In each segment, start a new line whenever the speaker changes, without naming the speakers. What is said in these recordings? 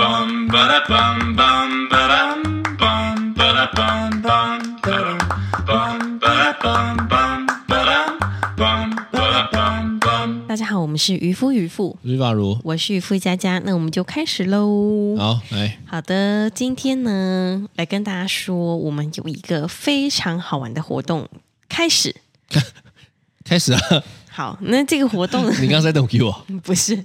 bum ba da bum bum ba dum bum ba da bum bum ba dum bum ba da bum bum ba dum bum ba da bum bum.
大家好，我们是渔夫渔妇，
吕法如，
我是渔夫佳佳，那我们就开始喽。
好，来，
好的，今天呢，来跟大家说，我们有一个非常好玩的活动开始。
开始啊！
好，那这个活动 呢，
你刚才在逗 Q 啊我？
不是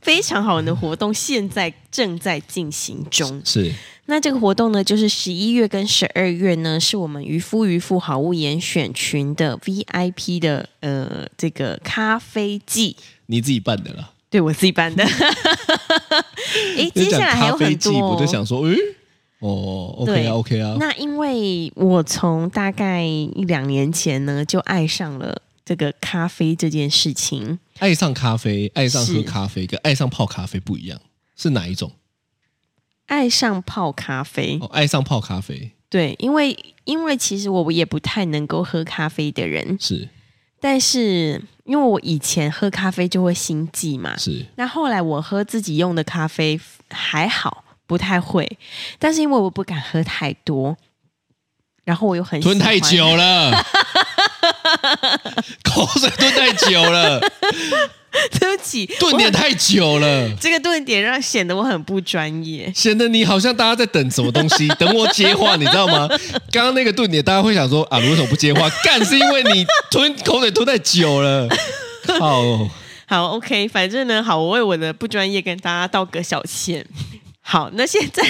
非常好玩的活动，现在正在进行中。
是
那这个活动呢，就是十一月跟十二月呢，是我们渔夫渔妇好物严选群的 VIP 的呃这个咖啡季。
你自己办的啦。
对我自己办的， 诶，接
就
下
讲
来还有
咖
很
啡
多
季，
哦、
我就想说，诶，哦，OK
对
啊，OK 啊，
那因为我从大概一两年前呢，就爱上了这个咖啡这件事情。
爱上咖啡，爱上
是
喝咖啡，跟爱上泡咖啡不一样，是哪一种？
爱上泡咖啡，
哦，爱上泡咖啡
对，因为因为其实我也不太能够喝咖啡的人，
是
但是因为我以前喝咖啡就会心悸嘛，
是
那后来我喝自己用的咖啡还好，不太会，但是因为我不敢喝太多，然后我又很喜
吞
欢
太久了， 口水吞太久 了，
对不起，
顿点太久了。
这个顿点让显得我很不专业。
显得你好像大家在等什么东 西，等我接话，你知道吗？刚刚那个顿点，大家会想说啊，你为什么不接话？ 干是因为你吞口水吞太久了。靠，
好，OK，反正呢，好，我为我的不专业跟大家道个小歉。 好，那现在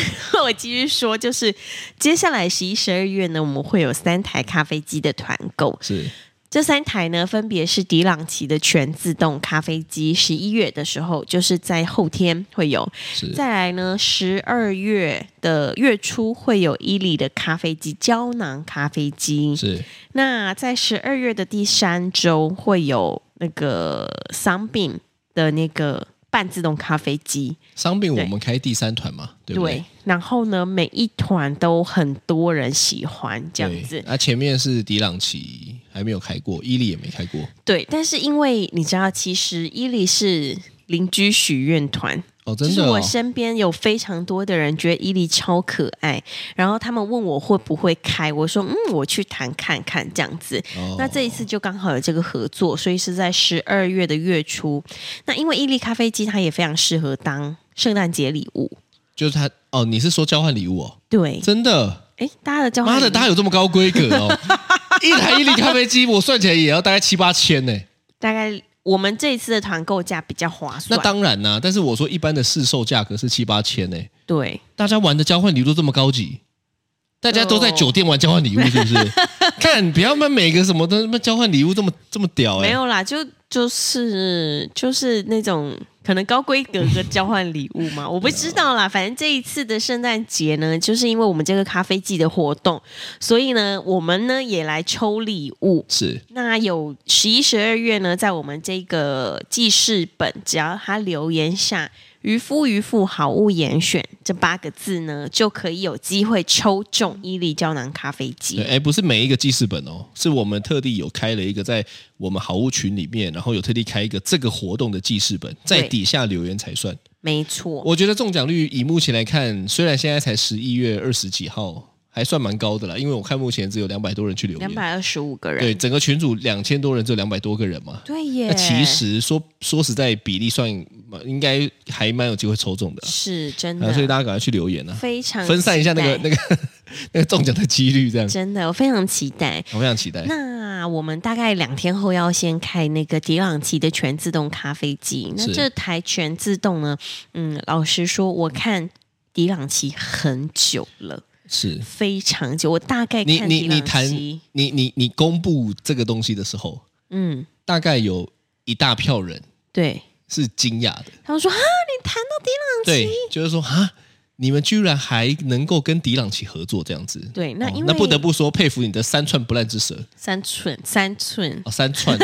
我继续说，就是接下来十一、十二月呢，我们会有三台咖啡机的团购。
是
这三台呢，分别是迪朗奇的全自动咖啡机，十一月的时候就是在后天会有；
是
再来呢，十二月的月初会有伊利的咖啡机胶囊咖啡机。
是
那在十二月的第三周会有那个桑饼的那个半自动咖啡机，
伤病，
对
我们开第三团嘛，对不对？
然后呢，每一团都很多人喜欢这
对
样子，
啊，前面是迪朗奇还没有开过，伊利也没开过。
对。但是因为你知道，其实伊利是邻居许愿团，
哦，
就
真
是
的、哦
我，身边有非常多的人觉得伊利超可爱，然后他们问我会不会开，我说嗯，我去谈看看这样子。
哦
那这一次就刚好有这个合作，所以是在十二月的月初。那因为伊利咖啡机它也非常适合当圣诞节礼物，
就是他哦，你是说交换礼物哦？
对，
真的，
哎，大家的交换
妈
礼物，
的，大家有这么高规格 哦？一台伊利咖啡机，我算起来也要大概七八千呢、
大概我们这一次的团购价比较划算，
那当然啦、但是我说一般的市售价格是七八千呢、
对，
大家玩的交换礼物都这么高级，大家都在酒店玩交换礼物是不是？ 看，不要们每个什么都他妈交换礼物这么这么屌哎、
没有啦，就就是就是那种可能高规格的交换礼物嘛，我不知道啦。反正这一次的圣诞节呢，就是因为我们这个咖啡季的活动，所以呢，我们呢也来抽礼物。
是
那有十一、十二月呢，在我们这个记事本，只要他留言下“渔夫渔妇好物严选”这八个字呢，就可以有机会抽中伊利胶囊咖啡
对，
机。
哎，不是每一个记事本哦，是我们特地有开了一个在我们好物群里面，然后有特地开一个这个活动的记事本，在
对
底下留言才算。
没错，
我觉得中奖率以目前来看，虽然现在才十一月二十几号，还算蛮高的啦，因为我看目前只有两百多人去留
两
言，
百二十五个人。
对，整个群组两千多人，只有两百多个人嘛，
对耶，
那其实说说实在，比例算蛮应该还蛮有机会抽中的、
是真
啊，
的，
所以大家赶快去留言啊，
非常
分散一下那个
期待
那个 那个中奖的几率，这样
真的，我非常期待。
我非常期待。
那我们大概两天后要先开那个迪朗奇的全自动咖啡机。那
是
这台全自动呢，嗯，老实说，我看迪朗奇很久了，
是
非常久。我大概
你
看
你
迪
你
朗
谈
奇，
你你你公布这个东西的时候，
嗯，
大概有一大票人
对，
是惊讶的，
他们说啊，你谈到迪朗奇，
对，就是说啊，你们居然还能够跟迪朗奇合作这样子，
对那
哦
因为
那不得不说佩服你的三寸不烂之舌。
三寸三寸，
哦，三串，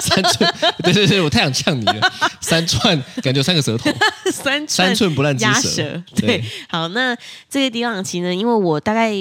三寸，对对对，我太想呛你了。三串，感觉有三个舌头，
三寸
三寸不烂之
鸭
舌
舌。。
对
对，，好，那这个迪朗奇呢，因为我大概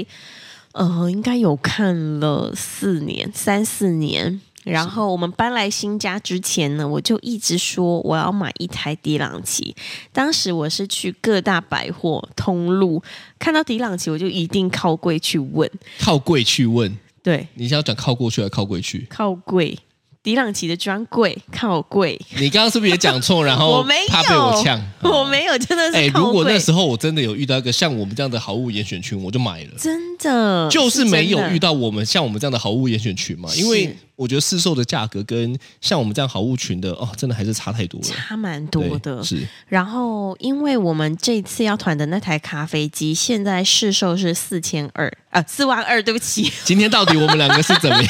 呃应该有看了四年，三四年。然后我们搬来新家之前呢，我就一直说我要买一台迪朗奇。当时我是去各大百货通路看到迪朗奇，我就一定靠柜去问。
靠柜去问，
对，
你想要转靠过去还是靠柜去？
靠柜，迪朗奇的专柜靠柜。
你刚刚是不是也讲错？然后
我没有，
哦怕被我呛。啊
我没有，真的
哎、
是靠柜。
如果那时候我真的有遇到一个像我们这样的好物严选群，我就买了。
真的
就是没有遇
到，
到我们像我们这样的好物严选群嘛，
是
因为我觉得市售的价格跟像我们这样好物群的哦，真的还是差太多了，
差蛮多
对
的。
是
然后，因为我们这次要团的那台咖啡机，现在市售是四千二啊，四万二，对不起，
今天到底我们两个是怎么样？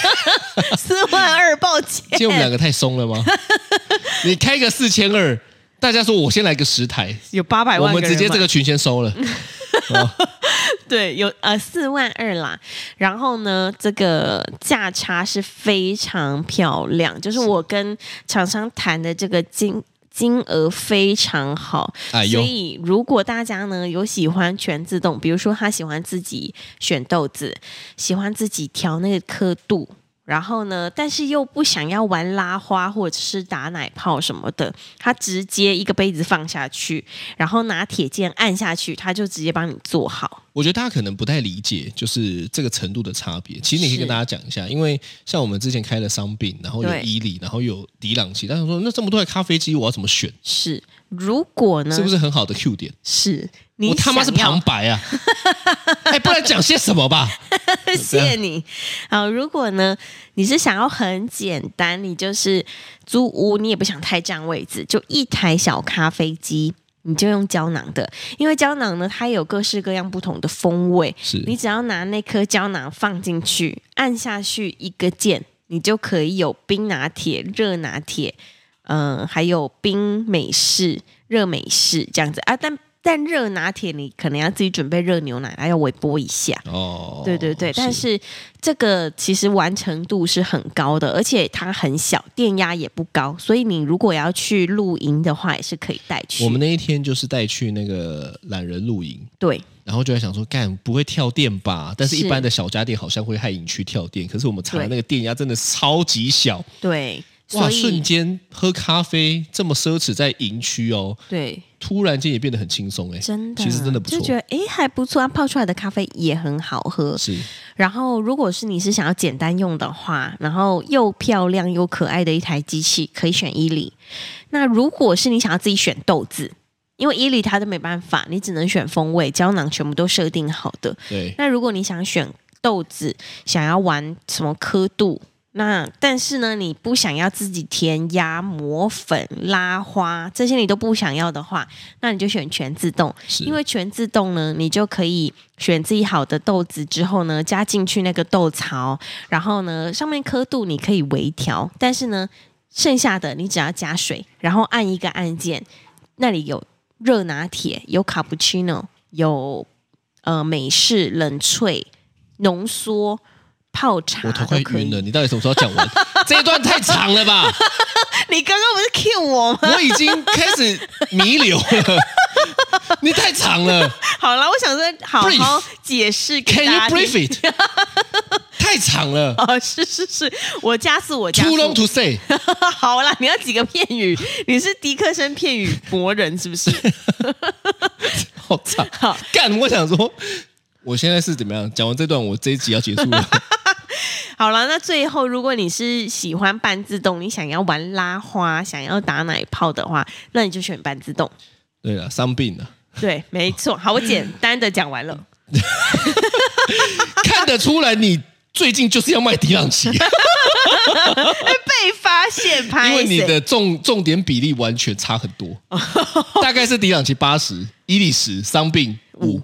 四万二，抱歉。
今天我们两个太松 了吗？你开个四千二，大家说我先来个十台，
有八百
我
万人
们
买，
直接这个群先收了。
对有呃四万二啦。然后呢，这个价差是非常漂亮，就是我跟厂商谈的这个金。金额非常好，
哎呦
所以如果大家呢有喜欢全自动，比如说他喜欢自己选豆子，喜欢自己调那个刻度，然后呢，但是又不想要玩拉花或者是打奶泡什么的，他直接一个杯子放下去，然后拿铁键按下去，他就直接帮你做好。
我觉得大家可能不太理解，就是这个程度的差别。其实你可以
是
跟大家讲一下，因为像我们之前开了商品，然后有
对
伊利，然后有迪朗奇，但是说那这么多台咖啡机，我要怎么选？
是，如果呢？
是不是很好的 Q 点？
是嗯你
我他妈是
想要
旁 白啊！哎，不然讲些什么吧？
谢谢你。好，如果呢，你是想要很简单，你就是租屋，你也不想太占位置，就一台小咖啡机。你就用胶囊的，因为胶囊呢，它有各式各样不同的风味。
是
你只要拿那颗胶囊放进去，按下去一个键，你就可以有冰拿铁、热拿铁，嗯、还有冰美式、热美式这样子啊。但但热拿铁你可能要自己准备热牛奶，还要微波一下。
哦，
对对对，但是这个其实完成度是很高的，而且它很小，电压也不高，所以你如果要去露营的话，也是可以带去。
我们那一天就是带去那个懒人露营，
对
然后就在想说，干不会跳电吧？但是一
是
般的小家电好像会害营区跳电，可是我们查
对
那个电压真的超级小，
对，所
哇！瞬
以
间喝咖啡这么奢侈在营区哦，
对，
突然间也变得很轻松哎，
真的
其实真的不错
就，觉得诶还不错，它泡出来的咖啡也很好喝。
是
然后，如果是你是想要简单用的话，然后又漂亮又可爱的一台机器，可以选伊利。那如果是你想要自己选豆子，因为伊利它都没办法，你只能选风味，胶囊全部都设定好的。
对。
那如果你想选豆子，想要玩什么刻度，那但是呢，你不想要自己填压、磨粉、拉花这些你都不想要的话，那你就选全自动，
是
因为全自动呢，你就可以选自己好的豆子之后呢，加进去那个豆槽，然后呢，上面刻度你可以微调，但是呢，剩下的你只要加水，然后按一个按键，那里有热拿铁，有卡布奇诺，有呃美式冷萃、浓缩、泡茶
我头快
都可以
晕。了，你到底什么时候讲 完？这一段太长了吧？
你刚刚不是 cue 我吗？
我已经开始弥留 了，你太长了
好了，我想说好
Brief
好解释给
，Can you
大家听。
brief it？太长了
哦，是是是，我加速，我加速。
，too long to say。
好啦，你要几个片语？你是迪克生片语魔人是不是？
好长
好，
干！我想说，我现在是怎么样？讲完这段，我这一集要结束了。
好了，那最后，如果你是喜欢半自动，你想要玩拉花，想要打奶泡的话，那你就选半自动。
对了，伤病了，
对，没错。好，我简单的讲完了。
看得出来你最近就是要卖迪朗奇，因
被发现拍
为你
谁
的重重点比例完全差很多，大概是迪朗奇八十，伊利十，伤病五。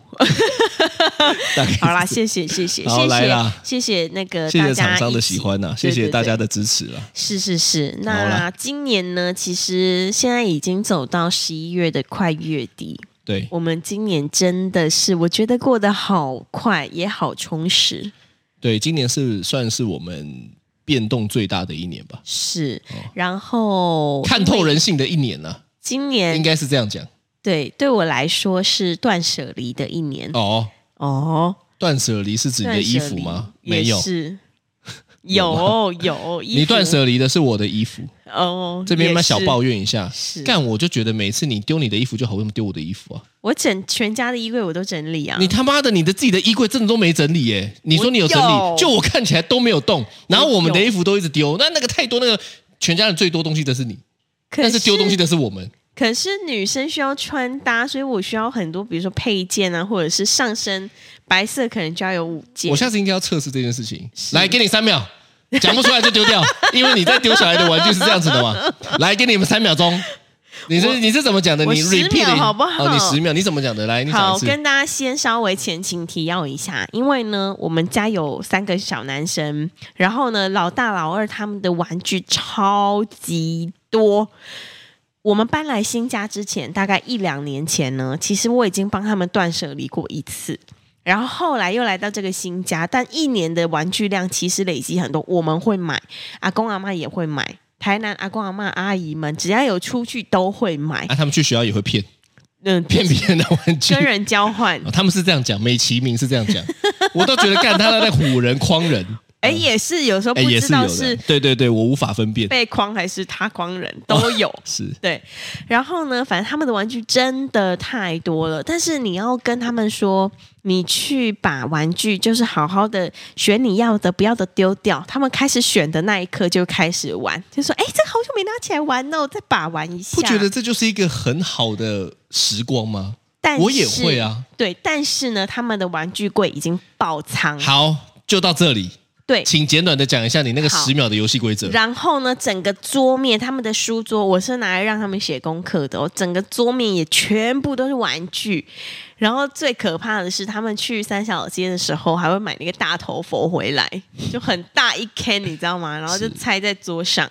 大概是
好啦，谢谢谢谢
好
谢
来
谢
啦
谢谢那个
谢
呃大
谢
家
厂商的
一起
喜欢呐、啊谢
对
谢
对
大
对
家的支持啦。
是是是，
好
那
啦
今年呢，其实现在已经走到十一月的快月底，
对，
我们今年真的是，我觉得过得好快，也好充实。
对，今年是算是我们变动最大的一年吧，
是，然后
哦看透人性的一年呢、
今
应
年
该是这样讲。
对对我来说是断舍离的一年
哦，
哦。
断舍离是指你的衣服吗？
断舍离
没有
也，是有有，衣服
你断舍离的是我的衣服，
哦，
这边
也
嘛小
是
抱怨一下
是，
干我就觉得每次你丢你的衣服就好，为什么丢我的衣服啊？
我整全家的衣柜我都整理啊，
你他妈的，你的自己的衣柜真的都没整理耶！你说你有整
有
理，就我看起来都没有动，然后
我有
我们的衣服都一直丢，那那个太多，那个全家人最多东西的是你，
可
但是丢东西的是我们。
可是女生需要穿搭，所以我需要很多，比如说配件啊，或者是上身白色可能就要有五件
我。下次应该要测试这件事情。来，给你三秒，讲不出来就丢掉，因为你在丢小孩的玩具是这样子 的嘛。来，给你们三秒钟。你
我
是你是怎么讲的？
我
你
十
repeat
秒
一
好不好
哦，你十秒，你怎么讲的？来，你讲
好，
一次。
跟大家先稍微前情提要一下，因为呢，我们家有三个小男生，然后呢，老大、老二他们的玩具超级多。我们搬来新家之前，大概一两年前呢，其实我已经帮他们断舍离过一次。然后后来又来到这个新家，但一年的玩具量其实累积很多，我们会买，阿公阿妈也会买，台南阿公阿妈阿姨们只要有出去都会买，
啊，他们去学校也会骗
嗯，
骗别人的玩具
跟。人交换
哦，他们是这样讲，美其名是这 样讲，我都觉得干他在唬人诓人。
哎，也是有时候不
哎，也
知
是
道
有的
是。
对对对，我无法分辨。
被框还是他框 人都有。
是
对，然后呢，反正他们的玩具真的太多了，但是你要跟他们说，你去把玩具就是好好的选你要的，不要的丢掉。他们开始选的那一刻就开始玩，就说：“哎，这个好久没拿起来玩哦，再把玩一下。”
不觉得这就是一个很好的时光吗？
但
我也
是
会啊。
对，但是呢，他们的玩具柜已经爆 仓，
好，就到这里，
对，
请简短的讲一下你那个
好
十秒的游戏规则。
然后呢，整个桌面，他们的书桌，我是拿来让他们写功课的、哦。整个桌面也全部都是玩具。然后最可怕的是，他们去三小街的时候，还会买那个大头佛回来，就很大一 can，你知道吗？然后就拆在桌上。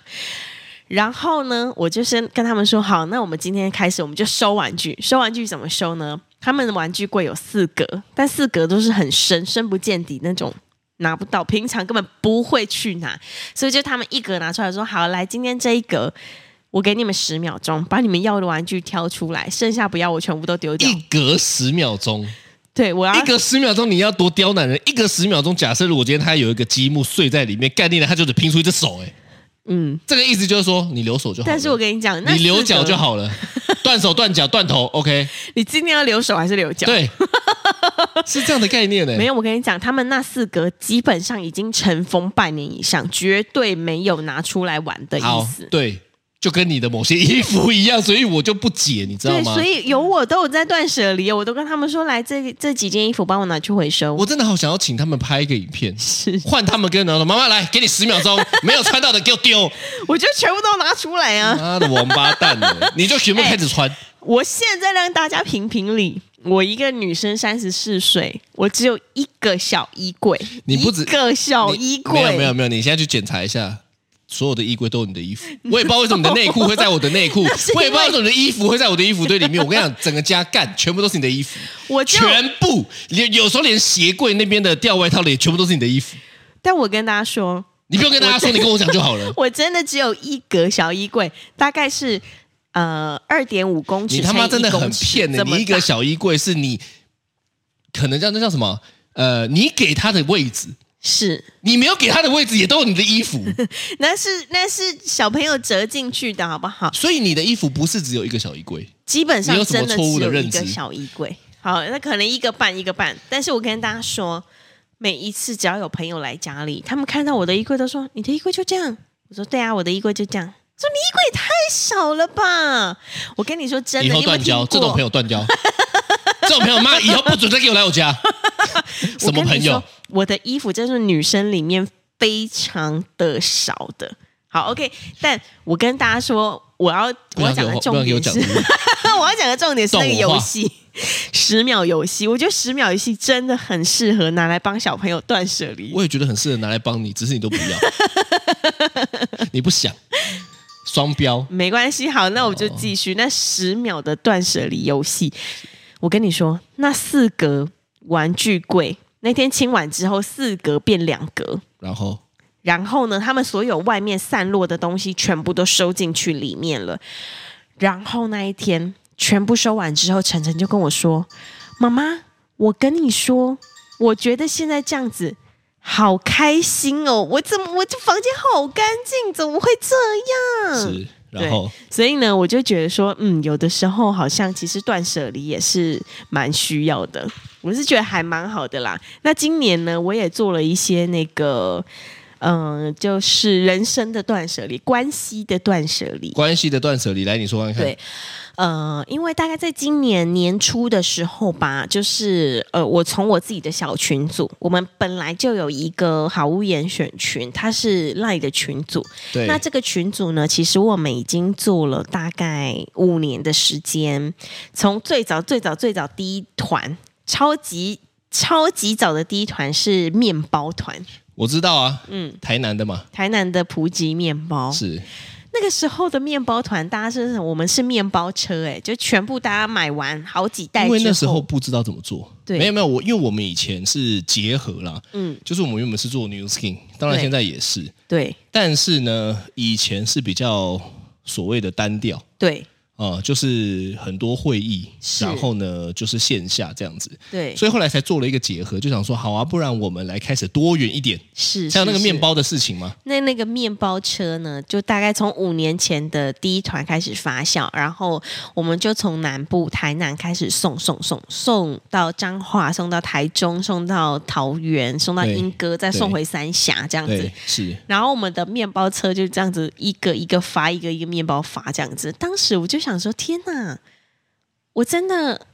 然后呢，我就先跟他们说，好，那我们今天开始，我们就收玩具。收玩具怎么收呢？他们的玩具柜有四格，但四格都是很深，深不见底那种，拿不到，平常根本不会去拿。所以就他们一格拿出来说，好，来今天这一格，我给你们十秒钟，把你们要的玩具挑出来，剩下不要我全部都丢掉
一。格十秒钟，
对，我要
一格十秒钟，你要多刁难人？一格十秒钟，假设如果今天他有一个积木碎在里面，概念呢，他就只拼出一只手、哎，
嗯，
这个意思就是说你留手就好了，
但是我跟你讲，那
你留脚
四格
就，好了，断手、断脚、断头，OK，
你今天要留手还是 留脚？
对，是这样的概念呢、哎
没有，我跟你讲，他们那四格基本上已经尘封半年以上，绝对没有拿出来玩的意
好
思，。
对，就跟你的某些衣服一样，所以我就不解，你知道
对，
吗
所？以有我都有在断舍离，我都跟他们说，来这这几件衣服帮我拿去回收。
我真的好想要请他们拍一个影片，
是，
换他们跟男的妈妈来，给你十秒钟，没有穿到的给我丢，
我就全部都拿出来啊！
妈的王八蛋呢，你就全
哎
部开始穿。
我现在让大家评评理。我一个女生三十四岁，我只有一个小衣柜，
你不止
一个小衣柜，
没有没有没有，你现在去检查一下，所有的衣柜都有你的衣服。我也不知道为什么你的内裤会在我的内裤，
是因为
我也不知道为什么你的衣服会在我的衣服堆里面。我跟你讲，整个家干全部都是你的衣服，
我就
全部连有时候连鞋柜那边的吊外套里全部都是你的衣服。
但我跟大家说，
你不用跟大家说，你跟我讲就 好了。
我真的只有一格小衣柜，大概是呃二点五公尺，
你他妈真的很骗
呢、
呢！
这么大
你一个小衣柜是你可能叫那叫什么？呃，你给他的位置，
是，
你没有给他的位置，也都有你的 衣服，
那是那是小朋友折进去的好不好？
所以你的衣服不是只有一个小衣柜。
基本上
你有什么
真的
错误
只
的
有一
认
个
知
小衣柜。好，那可能一个半一个半，但是我跟大家说，每一次只要有朋友来家里，他们看到我的衣柜都说：“你的衣柜就这样。”我说：“对啊，我的衣柜就这样。”说：“你衣柜也太少了吧？”我跟你说真的，
以后断交，这种朋
友
友断 交，这种朋友妈以后不准再给我来我家。什么朋友？？
我的衣服真是女生里面非常的少的。好，OK，但我跟大家说，我要
不
我要
想给
讲的重
我，不想给我
点
讲
是。 我要讲的重点是那个
动画
游戏，十秒游戏。我觉得十秒游戏真的很适合拿来帮小朋友断舍离。
我也觉得很适合拿来帮你，只是你都 不要，你不想。双标，
没关系，好，那我就继续、那十秒的断舍离游戏。我跟你说，那四格玩具柜那天清完之后，四格变两格，
然后
然后呢，他们所有外面散落的东西全部都收进去里面了。然后那一天全部收完之后，晨晨就跟我说：“妈妈，我跟你说，我觉得现在这样子好开心哦！我怎么我这房间好干净，怎么会这样？
是，然后
嗯对，所以呢，我就觉得说，嗯，有的时候好像其实断舍离也是蛮需要的。我是觉得还蛮好的啦。那今年呢，我也做了一些那个，嗯、就是人生的断舍离，关系的断舍离。
关系的断舍离，来你说看看。
对，呃，因为大概在今年年初的时候吧，就是呃，我从我自己的小群组，我们本来就有一个好物严选群，它是赖的群组。
对，
那这个群组呢，其实我们已经做了大概五年的时间，从最早最早最早第一团，超级超级早的第一团是面包团，
我知道啊，
嗯
嗯，台南的嘛，
台南的普及面包。
是
那个时候的面包团，大家是我们是面包车、哎，就全部大家买完好几袋
因
之后，
为那时候不知道怎么做。
对
没有没有，我因为我们以前是结合啦，
嗯
就是我们原本是做 New Skin，当然
对
现在也是，
对
但是呢，以前是比较所谓的单调。
对
啊、就是很多会议，
是
然后呢，就是线下这样子，
对，
所以后来才做了一个结合，就想说，好啊，不然我们来开始多元一点，
是
像那
是
个面
是
包的事情嘛，
那那个面包车呢，就大概从五年前的第一团开始发酵，然后我们就从南部台南开始送送送送到彰化，送到台中，送到桃园，送到
对
莺歌，再
对
送回三峡这样子
对。，是
然后我们的面包车就这样子一个一个发，一个一个面包发这样子。当时我就想说，天哪，我真的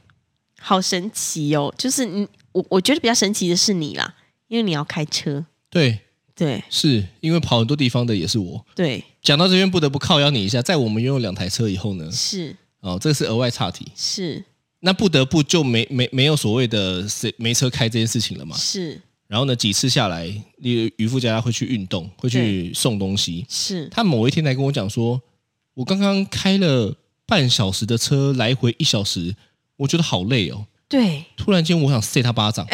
好神奇哦！就是你，我我觉得比较神奇的是你啦，因为你要开车，
对，
对
是因为跑很多地方的也是我。
对
讲到这边，不得不靠邀你一下，在我们拥有两台车以后呢，
是。
哦，这是额外岔题，
是
那不得不就没没没有所谓的谁没车开这件事情了嘛。
是
然后呢，几次下来，例如渔夫家他会去运动，会去送东西，
是，
他某一天来跟我讲说，我刚刚开了半小时的车，来回一小时，我觉得好累哦。
对
突然间，我想塞他 巴掌，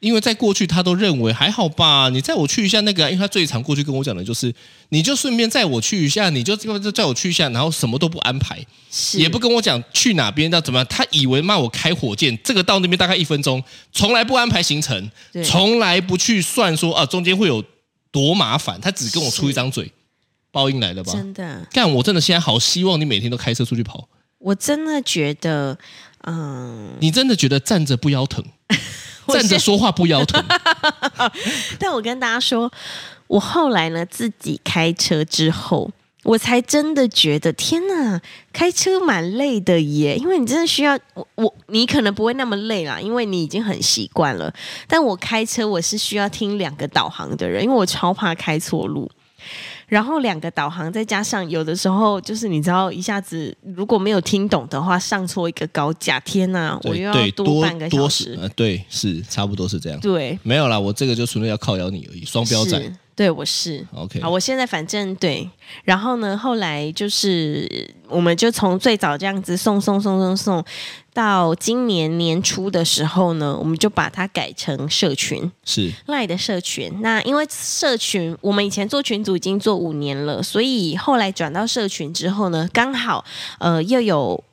因为在过去他都认为还好吧，你载我去一下那个啊、因为他最常过去跟我讲的就是，你就顺便载我去一下，你就就载我去一下，然后什么都不安排，
是
也不跟我讲去哪边要怎么样，他以为骂我开火箭，这个到那边大概一分钟，从来不安排行程
对，
从来不去算说啊中间会有多麻烦，他只跟我出一张嘴，报应来了吧？
真的，
干，我真的现在好希望你每天都开车出去跑，
我真的觉得，嗯，
你真的觉得站着不 腰疼，站着说话不腰疼，
但我跟大家说，我后来呢自己开车之后。我才真的觉得，天呐，开车蛮累的耶，因为你真的需要我我你可能不会那么累啦，因为你已经很习惯了。但我开车我是需要听两个导航的人，因为我超怕开错路。然后两个导航，再加上有的时候就是你知道，一下子如果没有听懂的话，上错一个高架，天呐， 我
对
又要
对
多半
多
个小
多是
时。
呃对是差不多是这样，
对，
没有啦，我这个就纯粹要靠咬你而已，双标仔
是，对我是。
，OK，
好，我现在反正对，然后呢，后来就是我们就从最早这样子送送送送送，到今年年初的时候呢，我们就把它改成社群
是
赖的社群。那因为社群，我们以前做群组已经做五年了，所以后来转到社群之后呢，刚好呃又有。呃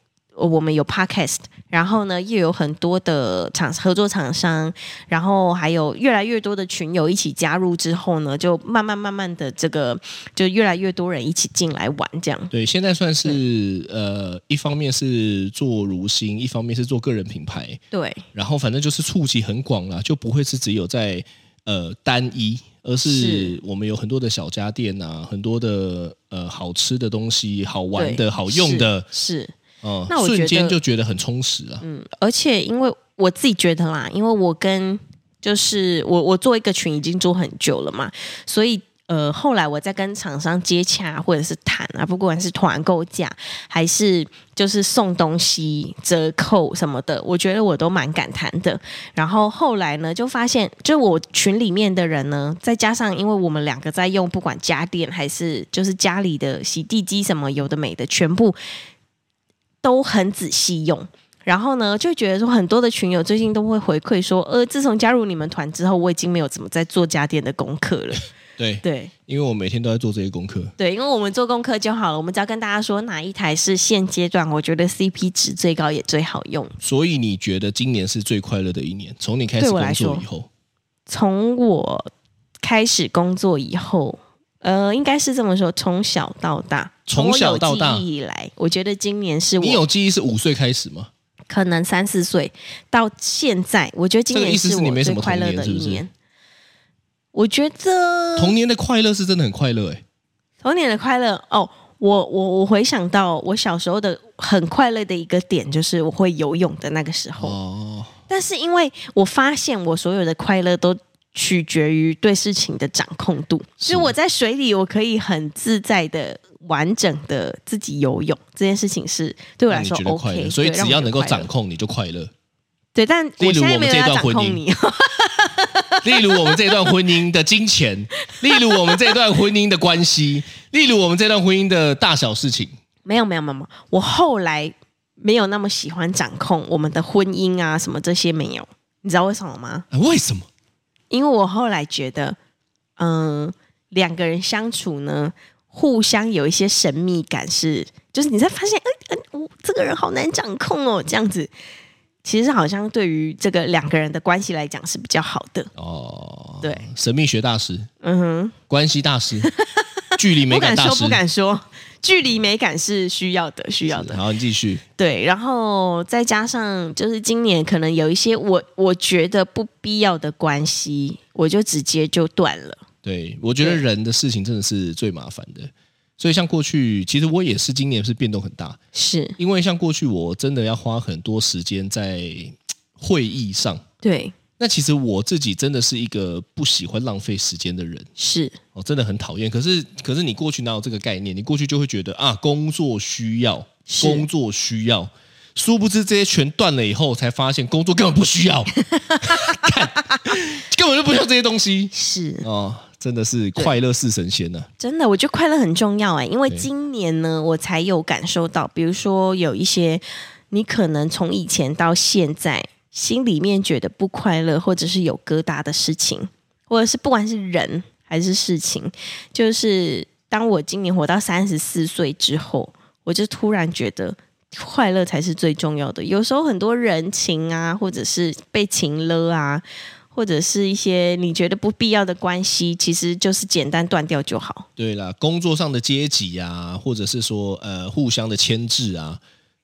我们有 podcast，然后呢，又有很多的厂合作厂商，然后还有越来越多的群友一起加入之后呢，就慢慢慢慢的这个就越来越多人一起进来玩，这样
对，现在算是呃，一方面是做如新，一方面是做个人品牌，
对
然后反正就是触及很广啦，就不会是只有在呃单一，而是
是
我们有很多的小家电啊，很多的呃好吃的东西、好玩
对
的好用的，
是。是
嗯、
那我觉
瞬
得
间就觉得很充实啊。
嗯，而且因为我自己觉得啦，因为我跟就是我我做一个群已经做很久了嘛，所以呃后来我在跟厂商接洽或者是谈啊，不管是团购价还是就是送东西折扣什么的，我觉得我都蛮感叹的。然后后来呢，就发现就我群里面的人呢，再加上因为我们两个在用，不管家电还是就是家里的洗地机什么有的没的，全部都很仔细用。然后呢，就觉得说很多的群友最近都会回馈说，呃，自从加入你们团之后，我已经没有怎么在做家电的功课 了。
对，
对
因为我每天都在做这些功课，
对，因为我们做功课就好了，我们只要跟大家说哪一台是现阶段我觉得 CP 值最高也最好用。
所以你觉得今年是最快乐的一年？从你开始
对我来
工作
说
以后，
从我开始工作以后，呃，应该是这么说，从小到大，
从小到大
从我有记忆以来，我觉得今年是
你
我
有记忆是五岁开始吗？
可能三四岁到现在，我觉得今
这个
年
意思是你
我
没什
最
么
快乐
童年
的
是
一
不
年。
是
我觉得
童年的快乐是真的很快乐哎、
童年的快乐哦，我我我回想到我小时候的很快乐的一个点，就是我会游泳的那个时候。
哦，
但是因为我发现我所有的快乐都取决于对事情的掌控度，
是
所以我在水里我可以很自在的、完整的自己游泳，这件事情是对我
那
来
你
说
觉得快
OK，
乐，所以
对让
只
我
要
觉得
能够
快乐
掌控，你就快乐。
对，但
例如
我现在
我们
没有
这
要
段
掌
婚姻
控你，
例如我们这段婚姻的 金钱，例如我们这段婚姻的关系，例如我们这段婚姻的大小事情，
没有没有没有，没有我后来没有那么喜欢掌控我们的婚姻啊什么这些没有，你知道为什么吗？
啊、为什么？
因为我后来觉得，嗯、两个人相处呢，互相有一些神秘感是，就是你在发现，哎、哎，我这个人好难掌控哦，这样子，其实好像对于这个两个人的关系来讲是比较好的。
哦，
对，
神秘学大师，
嗯哼，
关系大 师，距离美
不敢
感大
说，
师，
不敢说， 距离美感是需要的，需要的。
好，你继续。
对，然后再加上就是今年可能有一些我我觉得不必要的关系，我就直接就断了。
对，我觉得
对
人的事情真的是最麻烦的。所以像过去，其实我也是今年是变动很大，
是
因为像过去我真的要花很多时间在嘖会议上。
对，
那其实我自己真的是一个不喜欢浪费时间的人，
是
哦，真的很讨厌。可是，可是你过去哪有这个概念？你过去就会觉得啊，工作需要，
是
工作需要。殊不知这些全断了以后，才发现工作根本不需 要， 看根本就不需要这些东西
是，
哦，真的是快乐似神仙呐、啊
真的，我觉得快乐很重要哎、因为
对
今年呢，我才有感受到，比如说有一些你可能从以前到现在心里面觉得不快乐，或者是有疙瘩的事情，或者是不管是人还是事情，就是当我今年活到三十四岁之后，我就突然觉得。快乐才是最重要的。有时候很多人情啊，或者是被情了啊，或者是一些你觉得不必要的关系，其实就是简单断掉就好。
对啦，工作上的阶级啊，或者是说呃互相的牵制啊，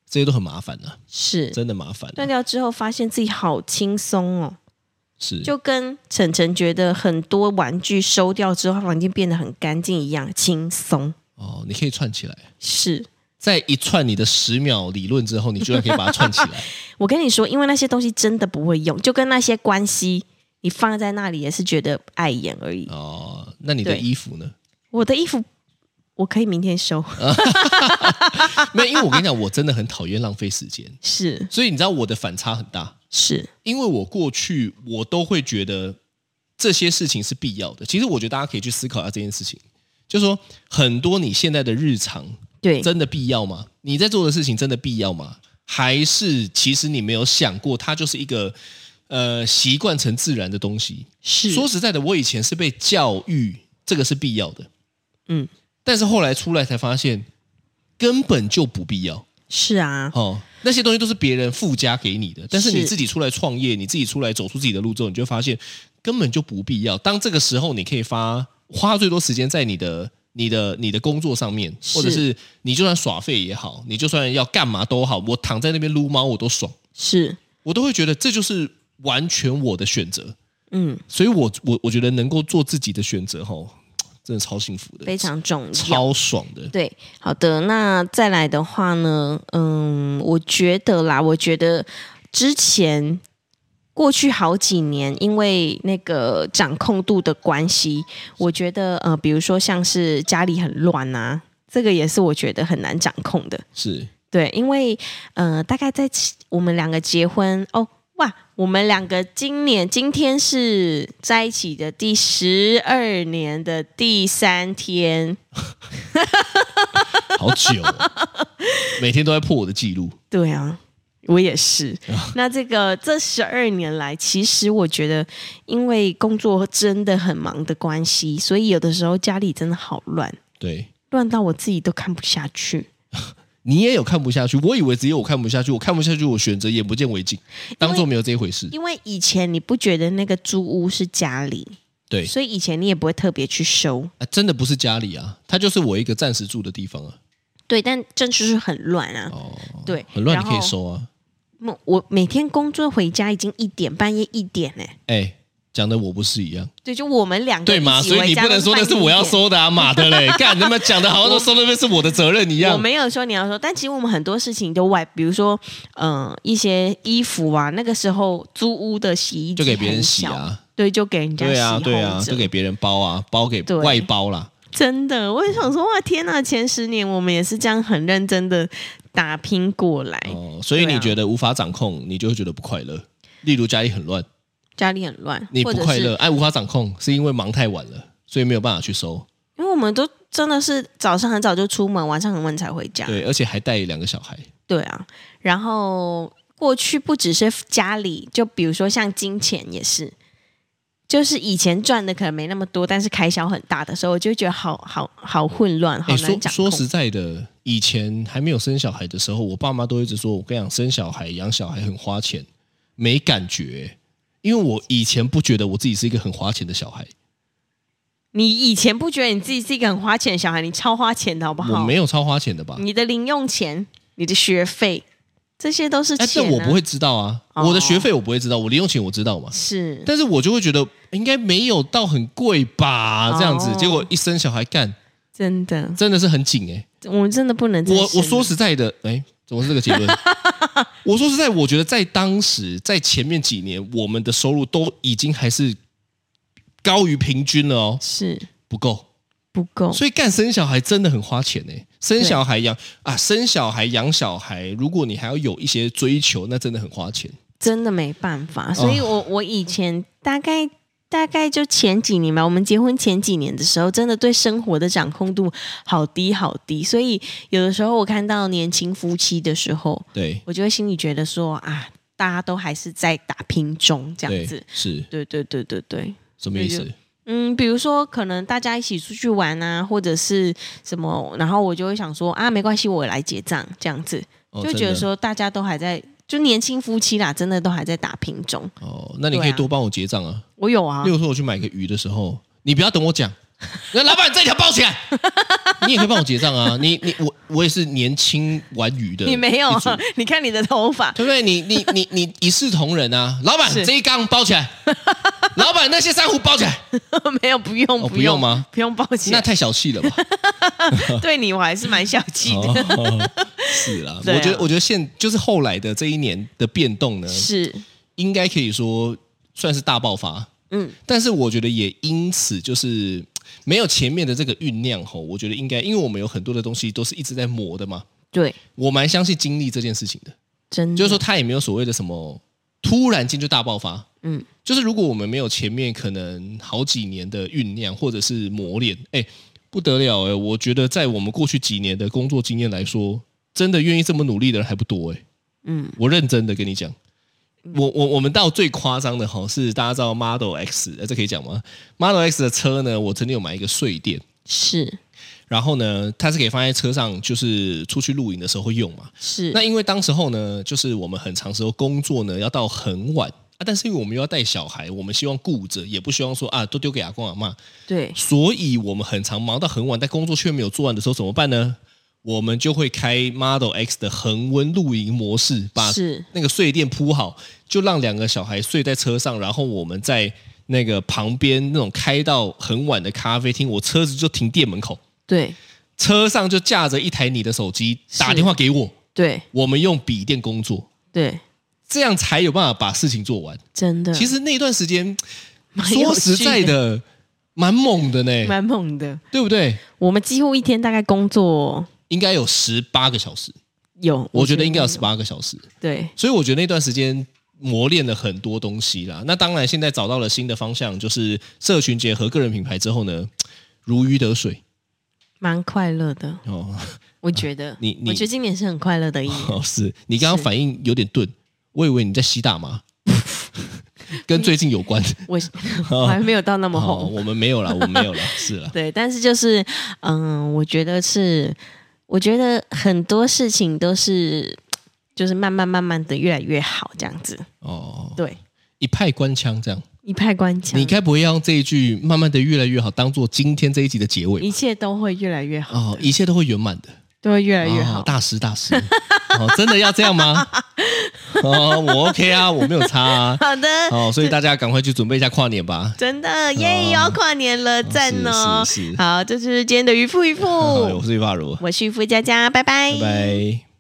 这些都很麻烦的、
是
真的麻烦啊、
断掉之后，发现自己好轻松哦，
是
就跟晨晨觉得很多玩具收掉之后，他房间变得很干净一样，轻松。
哦，你可以串起来，
是
在一串你的十秒理论之后，你居然可以把它串起 来。
我跟你说，因为那些东西真的不会用，就跟那些关系，你放在那里也是觉得碍眼而已。
哦，那你的
对
衣服呢？
我的衣服我可以明天收，
没有，因为我跟你讲，我真的很讨厌浪费 时间，
是
所以你知道我的反差很大，
是
因为我过去我都会觉得这些事情是必要的。其实我觉得大家可以去思考一下这件事情，就是说很多你现在的日常
对，
真的必要吗？你在做的事情真的必要吗？还是其实你没有想过，它就是一个呃习惯成自然的东西？
是
说实在的，我以前是被教育这个是必要的，
嗯，
但是后来出来才发现根本就不必要。
是啊，
哦，那些东西都是别人附加给你的，但是你
是
自己出来创业，你自己出来走出自己的路之后，你就会发现根本就不必要。当这个时候，你可以发花最多时间在你的。你的你的工作上面，
是
或者是你就算耍废也好，你就算要干嘛都好，我躺在那边撸猫我都爽，
是
我都会觉得这就是完全我的选择。
嗯，
所以我我我觉得能够做自己的选择，吼，真的超幸福的，
非常重要。
超爽的。
对，好的，那再来的话呢，嗯，我觉得啦，我觉得之前过去好几年，因为那个掌控度的关系，我觉得呃，比如说像是家里很乱啊，这个也是我觉得很难掌控的。
是
对，因为呃，大概在七我们两个结婚哦，哇，我们两个今年今天是在一起的第十二年的第三天。
好 久哦、每天都在破我的记录。
对啊，我也是。
啊
那这个这十二年来，其实我觉得，因为工作真的很忙的关系，所以有的时候家里真的好乱，
对，
乱到我自己都看不下去。
你也有看不下去，我以为只有我看不下去，我看不下去，我选择眼不见为净，当做没有这一回事。
因为以前你不觉得那个租屋是家里，
对、
所以以前你也不会特别去收。
啊，真的不是家里啊，它就是我一个暂时住的地方啊。
对，但这就是很乱啊。
哦，
对，
很乱，你
然
可以
后
收啊。
嗯我每天工作回家已经一点，半夜一点哎、
哎，讲的我不是一样，
对，就我们两个
对吗？
一起
所以你
回家
不能说那是我要
半夜一
收的啊，妈 的嘞！干，他妈讲的好像都收那边是我的责任一
点。我
样。
没有说你要说，但其实我们很多事情都外，比如说，嗯、一些衣服啊，那个时候租屋的洗衣机
就给别人洗
很小，
啊，
对，就给人家洗
对啊，对啊
后，者
就给别人包啊，包给
对
外包啦。
真的，我也想说，哇，天呐，前十年我们也是这样很认真的打拼过来，
哦，所以
对啊
你觉得无法掌控，你就会觉得不快乐。例如家里很乱，
家里很乱，
你
或
不
者
快
是
乐，哎，无法掌控是因为忙太晚了，所以没有办法去收。
因为我们都真的是早上很早就出门，晚上很晚才回家。
对，而且还带两个小孩。
对啊，然后过去不只是家里，就比如说像金钱也是，就是以前赚的可能没那么多，但是开销很大的时候，我就觉得好好好混乱，好
哎，
难
说
掌控。
说实在的，以前还没有生小孩的时候，我爸妈都一直说，我跟你讲，生小孩、养小孩很花钱，没感觉。因为我以前不觉得我自己是一个很花钱的小孩，
你以前不觉得你自己是一个很花钱的小孩，你超花钱的好不
我
好？
没有超花钱的吧？
你的零用钱、你的学费，这些都是
哎，
钱、
但
啊。
我不会知道啊，
哦
我的学费我不会知道，我零用钱我知道嘛。
是
但是我就会觉得应该没有到很贵吧，这样子。
哦
结果一生小孩干，
真的，
真的是很紧哎、
我们真的不能再
我我
生
说
了
实在 的，哎，怎么是这个结论？我说实在，我觉得在当时，在前面几年，我们的收入都已经还是高于平均了哦，
是
不够。
不够，
所以干生小孩真的很花钱哎、生
对
小孩养啊，生小孩养小孩，如果你还要有一些追求，那真的很花钱。
真的没办
哦
法。所以我、我以前大概大概就前几年吧，我们结婚前几年的时候，真的对生活的掌控度好低好低。所以有的时候我看到年轻夫妻的时候，
对，
我就会心里觉得说啊，大家都还是在打拼中这样
对
子，。
是
对对对对对。
什么意
所
思
以？嗯，比如说可能大家一起出去玩啊，或者是什么，然后我就会想说啊，没关系，我来结账这样子，
哦
就
真
觉得
的
说大家都还在，就年轻夫妻啦，真的都还在打拼中。
哦，那你可
对
以
啊
多帮我结账啊。
我有啊
例，如说我去买个鱼的时候，你不要等我讲，那老板你这条包起来， 你也可以帮我结账啊。你你我我也是年轻玩鱼的，
你没有
一
啊
族，
你看你的头发，
对不对？你你你你一视同仁啊。老板
是
这一缸包 起来，老板那些珊瑚包起来，
没有，不用，
哦
不
不用吗？
不用抱歉，
那太小 气了吧？
对你我还是蛮小气的。
哦、是啦，
对啊
我觉得我觉得现就是后来的这一年的变动呢，
是，
应该可以说算是大爆发。
嗯，
但是我觉得也因此就是没有前面的这个酝酿吼，我觉得应该，因为我们有很多的东西都是一直在磨的嘛，
对，
我蛮相信经历这件事情的，
真的
就是说它也没有所谓的什么突然间就大爆发，
嗯，
就是如果我们没有前面可能好几年的酝酿或者是磨练，哎，不得了哎，我觉得在我们过去几年的工作经验来说，真的愿意这么努力的人还不多哎，
嗯，
我认真的跟你讲，我我我们到最夸张的哈是大家知道 Model X，呃，这可以讲吗？Model X 的车呢，我曾经有买一个睡垫，
是
然后呢，它是可以放在车上，就是出去露营的时候会用嘛。
是，
那因为当时候呢，就是我们很长时候工作呢要到很晚啊，但是因为我们又要带小孩，我们希望顾着，也不希望说啊都丢给阿公阿妈，
对，
所以我们很常忙到很晚，但工作却没有做完的时候怎么办呢？我们就会开 Model X 的恒温露营模式，把
是
那个睡垫铺好，就让两个小孩睡在车上，然后我们在那个旁边那种开到很晚的咖啡厅，我车子就停店门口，
对
车上就架着一台你的手机
是
打电话给我，
对
我们用笔电工作，
对，
这样才有办法把事情做完。
真的，
其实那段时间
嗯蛮有
说实
趣
在的，蛮猛的呢，
蛮猛的。
对不对？
我们几乎一天大概工作
应该有十八个小时，
有，
我觉得应该有十
有
八个小时。
对，
所以我觉得那段时间磨练了很多东西啦。那当然，现在找到了新的方向，就是社群结合个人品牌之后呢，如鱼得水
蛮快乐的，
哦。
我觉得。
你你
我觉得今年是很快乐的一 年。
哦，是你刚刚反应有点钝，我以为你在吸大麻， 跟最近有关。
我 我还没有到那么
哦，
红，
我们没有啦，我们没有啦，是啦。
对，但是就是，嗯，我觉得是。我觉得很多事情都是就是慢慢慢慢的越来越好这样子。
哦，
对，
一派官腔这样。
一派官腔，
你该不会要用这一句“慢慢的越来越好”当做今天这一集的结尾吧
一切都会越来越好，
哦，一切都会圆满的，
都会越来越
哦
好。
大师大师， 哦，真的要这 样吗？哦，我 OK 啊，我没有差啊。
好的，
哦，所以大家赶快去准备一下跨年吧。
真的耶，又要跨年了，赞哦！
是是是
好，这就是今天的渔夫渔夫，
哎好我是玉发如，
哦我是渔夫佳佳，拜拜
拜拜。